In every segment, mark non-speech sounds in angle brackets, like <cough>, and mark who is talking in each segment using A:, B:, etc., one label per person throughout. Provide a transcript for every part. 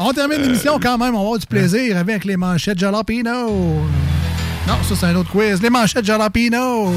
A: On termine l'émission quand même, on va avoir du plaisir avec les manchettes Jalapino. Non, ça c'est un autre quiz. Les manchettes Jalapino.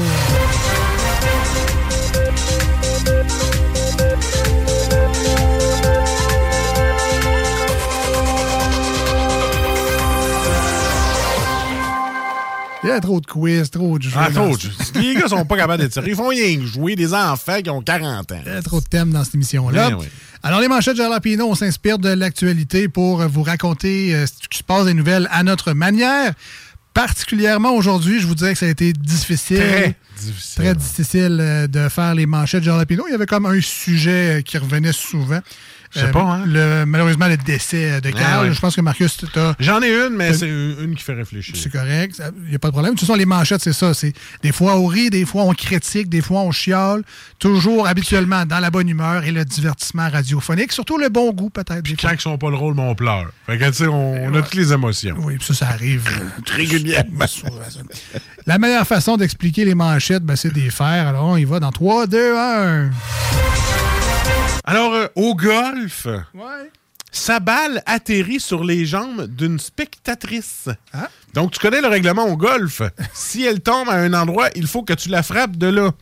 A: Il y a trop de quiz, trop de jeux.
B: Ah,
A: dans
B: trop.
A: ce-
B: Les gars sont pas capables d'être sérieux. Ils font rien que jouer des enfants qui ont 40 ans.
A: Il y a trop de thèmes dans cette émission-là.
B: Ben oui.
A: Alors, les manchettes Jalapino, on s'inspire de l'actualité pour vous raconter euh, ce qui se passe des nouvelles à notre manière. Particulièrement aujourd'hui, je vous dirais que ça a été difficile.
B: Très difficile.
A: Très difficile euh, de faire les manchettes Jalapino. Il y avait comme un sujet euh, qui revenait souvent. Euh,
B: Je sais pas, hein. Ben
A: le- malheureusement, le décès euh, de Carl.
B: ouais.
A: Je pense que Marcus, t'as
B: J'en ai une, mais
A: T'as-
B: c'est une une qui fait réfléchir.
A: c'est correct, il n'y a pas de problème. De toute façon, les manchettes, c'est ça. C'est Des fois, on rit, des fois, on critique, des fois, on chiale. Toujours, habituellement, dans la bonne humeur et le divertissement radiophonique. Surtout le bon goût, peut-être. des
B: Quand
A: fois.
B: ils sont pas drôles, mais on pleure. Fait que, tu sais, on, on a toutes les émotions.
A: Oui, puis ça, ça arrive.
B: <coughs>
A: euh,
B: Régulièrement.
A: la meilleure façon d'expliquer les manchettes, ben, c'est de les faire. Alors, on y va dans 3, 2, 1.
B: Alors, euh, au golf,
A: Ouais.
B: sa balle atterrit sur les jambes d'une spectatrice.
A: Ah.
B: Donc, tu connais le règlement
A: <laughs>
B: au golf. si elle tombe à un endroit, il faut que tu la frappes de là.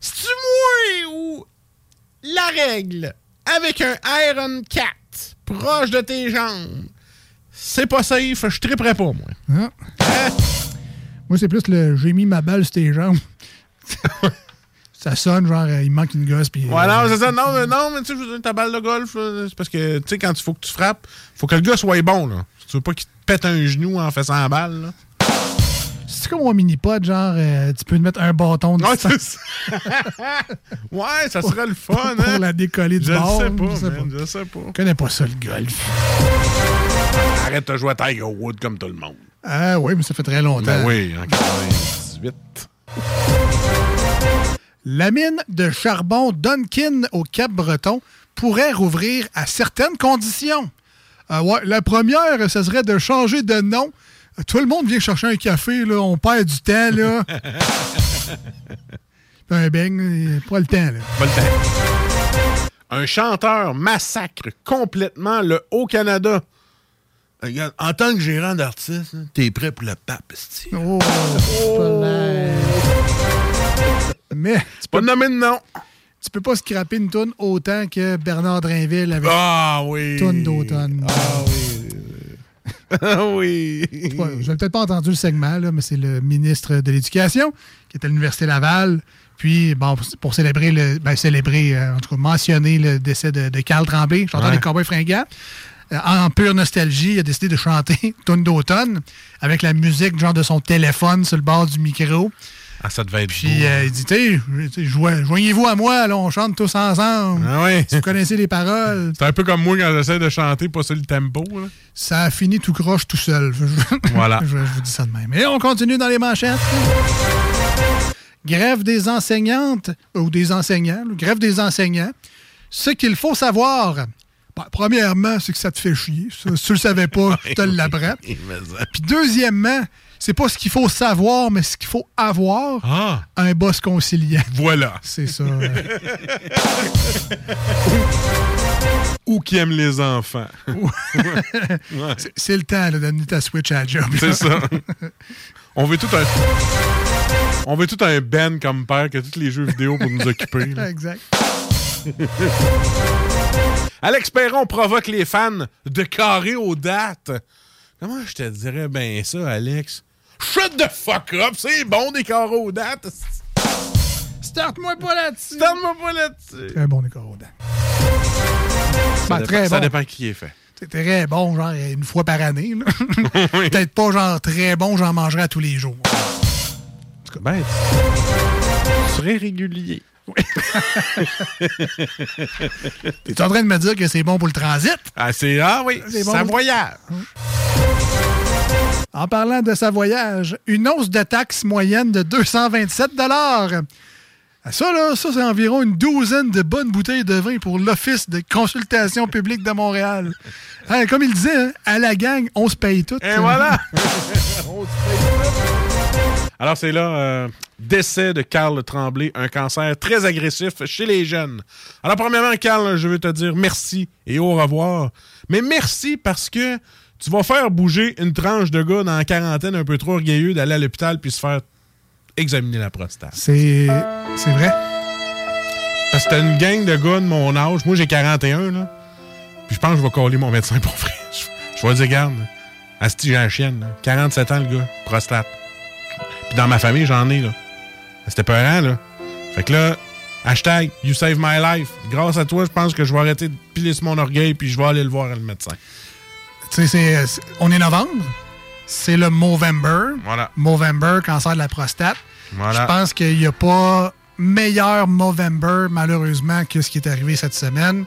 B: C'est-tu moi ou la règle avec un Iron Cat proche de tes jambes? C'est pas safe, je triperai pas, moi. Euh,
A: Ah. Moi, c'est plus le j'ai mis ma balle sur tes jambes. <laughs> ça sonne genre, euh, il manque une gosse. Puis,
B: Ouais, non,
A: euh,
B: c'est ça. Non, mais, non, mais tu sais, je veux dire, ta balle de golf, là, c'est parce que, tu sais, quand il faut que tu frappes, faut que le gars soit bon, là. Tu veux pas qu'il te pète un genou en faisant la balle, là.
A: C'est comme un mini-pod, genre, euh, tu peux te mettre un bâton de
B: Ouais,
A: distance
B: c'est ça. <laughs> ouais, ça serait le fun,
A: pour
B: hein.
A: la décoller du
B: Je le
A: bord.
B: sais pas,
A: je sais
B: man,
A: pas.
B: je sais pas.
A: Je connais pas ça, le golf.
B: Arrête de jouer à Tiger Wood comme tout le monde.
A: Ah oui, mais ça fait très longtemps.
B: Ben oui, en 98.
A: La mine de charbon Duncan au Cap-Breton pourrait rouvrir à certaines conditions. Ah ouais, la première, ce serait de changer de nom. Tout le monde vient chercher un café, là, on perd du temps. <laughs> Là. Puis un beigne, pas le temps. Là.
B: Pas le temps. Un chanteur massacre complètement le Haut-Canada. Regarde, En tant que gérant d'artiste, hein, t'es prêt pour le pape, esti.
A: Oh, falaise. Mais tu
B: Pas
A: peux,
B: de nommer de nom.
A: tu peux pas scraper une toune autant que Bernard Drainville avec
B: Ah oui.
A: Toune d'automne.
B: Ah oui. <laughs> Ah oui.
A: Ouais, je n'ai peut-être pas entendu le segment, là, mais c'est le ministre de l'Éducation qui était à l'Université Laval. Puis, bon, pour célébrer, le, ben, célébrer euh, en tout cas, mentionner le décès de, de Carl Tremblay, j'entends
B: Ouais.
A: les Cowboys fringants. Euh, en pure nostalgie, il a décidé de chanter <laughs> Tune d'automne avec la musique genre de son téléphone sur le bord du micro.
B: Ah, ça devait être
A: Puis,
B: beau.
A: euh, il dit, T'sais, t'sais, joignez- joignez-vous à moi, là, on chante tous ensemble.
B: Ah oui.
A: Si vous connaissez les
B: <laughs>
A: paroles,
B: C'est un peu comme moi quand j'essaie de chanter, pas sur le tempo. là.
A: ça a fini tout croche tout seul. <laughs> Je-
B: Voilà.
A: je, je vous dis ça de même. Et on continue dans les manchettes. Grève des enseignantes, euh, ou des enseignants, là, grève des enseignants. Ce qu'il faut savoir, ben, premièrement, c'est que ça te fait chier. Ça, si tu le savais
B: <laughs>
A: pas, je te l'apprends. Puis deuxièmement, c'est pas ce qu'il faut savoir, mais ce qu'il faut avoir,
B: Ah,
A: un boss conciliant.
B: voilà.
A: C'est ça. euh,
B: Ou qui aime les enfants.
A: c'est- c'est le temps là, de donner ta switch à la job.
B: C'est ça. <laughs> On veut tout un. On veut tout un Ben
A: <laughs>
B: comme père qui a tous les jeux vidéo pour nous occuper. là.
A: Exact.
B: Alex Perron provoque les fans de carré aux dates. Comment je te dirais bien ça, Alex? Shut the fuck up, c'est bon des carrés aux dates.
A: Starte-moi pas là-dessus.
B: Donne-moi pas là-dessus.
A: Très bon, les corrodants. Ben,
B: Ça dépend-
A: très
B: Ça
A: bon.
B: dépend qui est fait.
A: C'est très bon, genre une fois par année.
B: <laughs>
A: là. <laughs> Peut-être pas genre très bon, j'en mangerai à tous les jours.
B: En tout cas, ben, tu serais régulier.
A: T'es en train de me dire que c'est bon pour le transit?
B: Ah, c'est ah oui,
A: C'est bon.
B: ça voyage.
A: En parlant de sa voyage, une hausse de taxe moyenne de 227 Ah, Ça, là, ça, c'est environ une douzaine de bonnes bouteilles de vin pour l'Office de consultation publique de Montréal. Hein, comme il disait, hein, à la gang, on se paye tout. <laughs>
B: Et voilà. On se fait ça. Alors c'est là euh, décès de Carl Tremblay, un cancer très agressif chez les jeunes. Alors premièrement, Carl, je veux te dire merci et au revoir. Mais merci parce que tu vas faire bouger une tranche de gars dans la quarantaine un peu trop orgueilleux d'aller à l'hôpital puis se faire examiner la prostate.
A: C'est c'est vrai.
B: Parce que t'as une gang de gars de mon âge. Moi, j'ai 41, là. Puis je pense que je vais coller mon médecin pour vrai. <laughs> Je, je vais dire, regarde, Asti, j'ai un chien, là. 47 ans, le gars, prostate. Puis dans ma famille, j'en ai, là. C'était peurant, là. Fait que là, hashtag, you save my life. Grâce à toi, je pense que je vais arrêter de piler sur mon orgueil, puis je vais aller le voir, le médecin.
A: Tu sais, c'est- c'est- on est novembre. C'est le Movember.
B: Voilà.
A: Movember, cancer de la prostate.
B: Voilà.
A: Je pense qu'il n'y a pas meilleur Movember, malheureusement, que ce qui est arrivé cette semaine.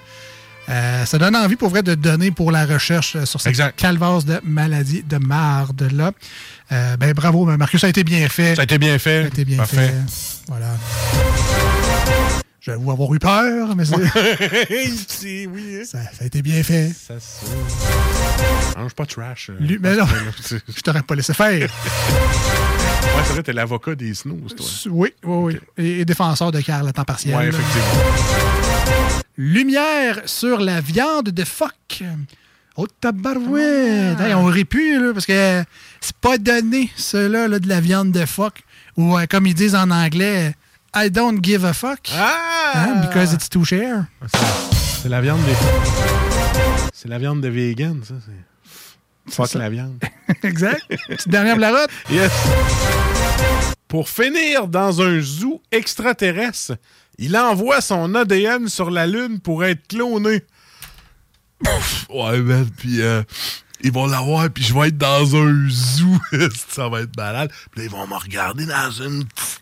A: Euh, ça donne envie pour vrai de donner pour la recherche euh, sur cette
B: Exact.
A: calvasse de maladie de marde là. Euh, ben bravo, ben, Marcus, ça a été bien fait.
B: Ça a été bien fait.
A: Ça a été bien
B: Parfait.
A: fait. Voilà. J'avoue avoir eu peur, mais c'est-
B: <laughs> C'est- oui,
A: <laughs>
B: hein.
A: ça, ça a été bien fait.
B: Ça se... Non, je suis pas trash. euh,
A: Lui- mais non,
B: parce que, là,
A: je t'aurais pas laissé faire.
B: c'est- <laughs> Ouais, c'est vrai, t'es l'avocat des snooze, toi.
A: Oui, oui, oui. Et, et défenseur de Carl à temps partiel.
B: Ouais,
A: là.
B: effectivement.
A: Lumière sur la viande de phoque. Oh, tabarouette!
B: Ah.
A: Hey, on aurait pu, là, parce que c'est pas donné, cela, là, de la viande de phoque. Ou, euh, comme ils disent en anglais, I don't give a fuck.
B: Ah!
A: Hein, because it's too cher.
B: C'est la viande des. C'est la viande de vegan, ça. c'est- Fuck la viande.
A: <laughs> exact. Petite dernière
B: <laughs>
A: blarotte.
B: Yes! Pour finir dans un zoo extraterrestre, il envoie son ADN sur la Lune pour être cloné. Pouf! Ouais, ben, puis euh, ils vont l'avoir, puis je vais être dans un zoo. <laughs> ça va être malade. Puis là, ils vont me regarder dans une petite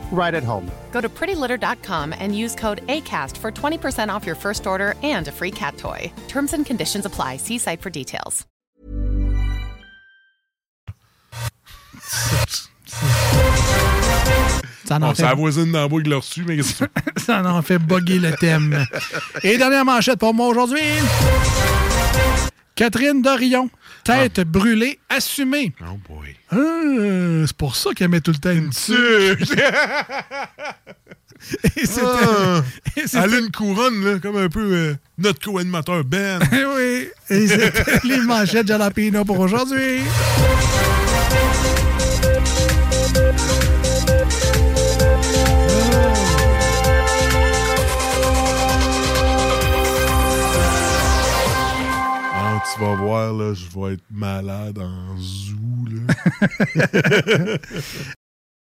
C: right at home.
D: Go to prettylitter.com and use code ACAST for 20% off your first order and a free cat toy. Terms and conditions apply. See site for details.
A: Ça en
B: Bon,
A: fait
B: c'est la voisine d'en bas qui l'a reçu, mais qu'est-ce que tu veux?
A: <laughs> Ça en fait bugger le thème. Et dernière manchette pour moi aujourd'hui. Catherine Dorion, tête brûlée, assumée.
B: <laughs> Oh boy.
A: Ah, c'est pour ça qu'elle met tout le temps une dessus. <laughs> Et c'était- et c'était-
B: Elle a une Ah, couronne, là, comme un peu euh, notre co-animateur Ben. <laughs>
A: Eh <laughs> oui, et c'était <laughs> les manchettes Jalapino pour aujourd'hui.
B: Ah, tu vas voir, là, je vais être malade en zoo, là.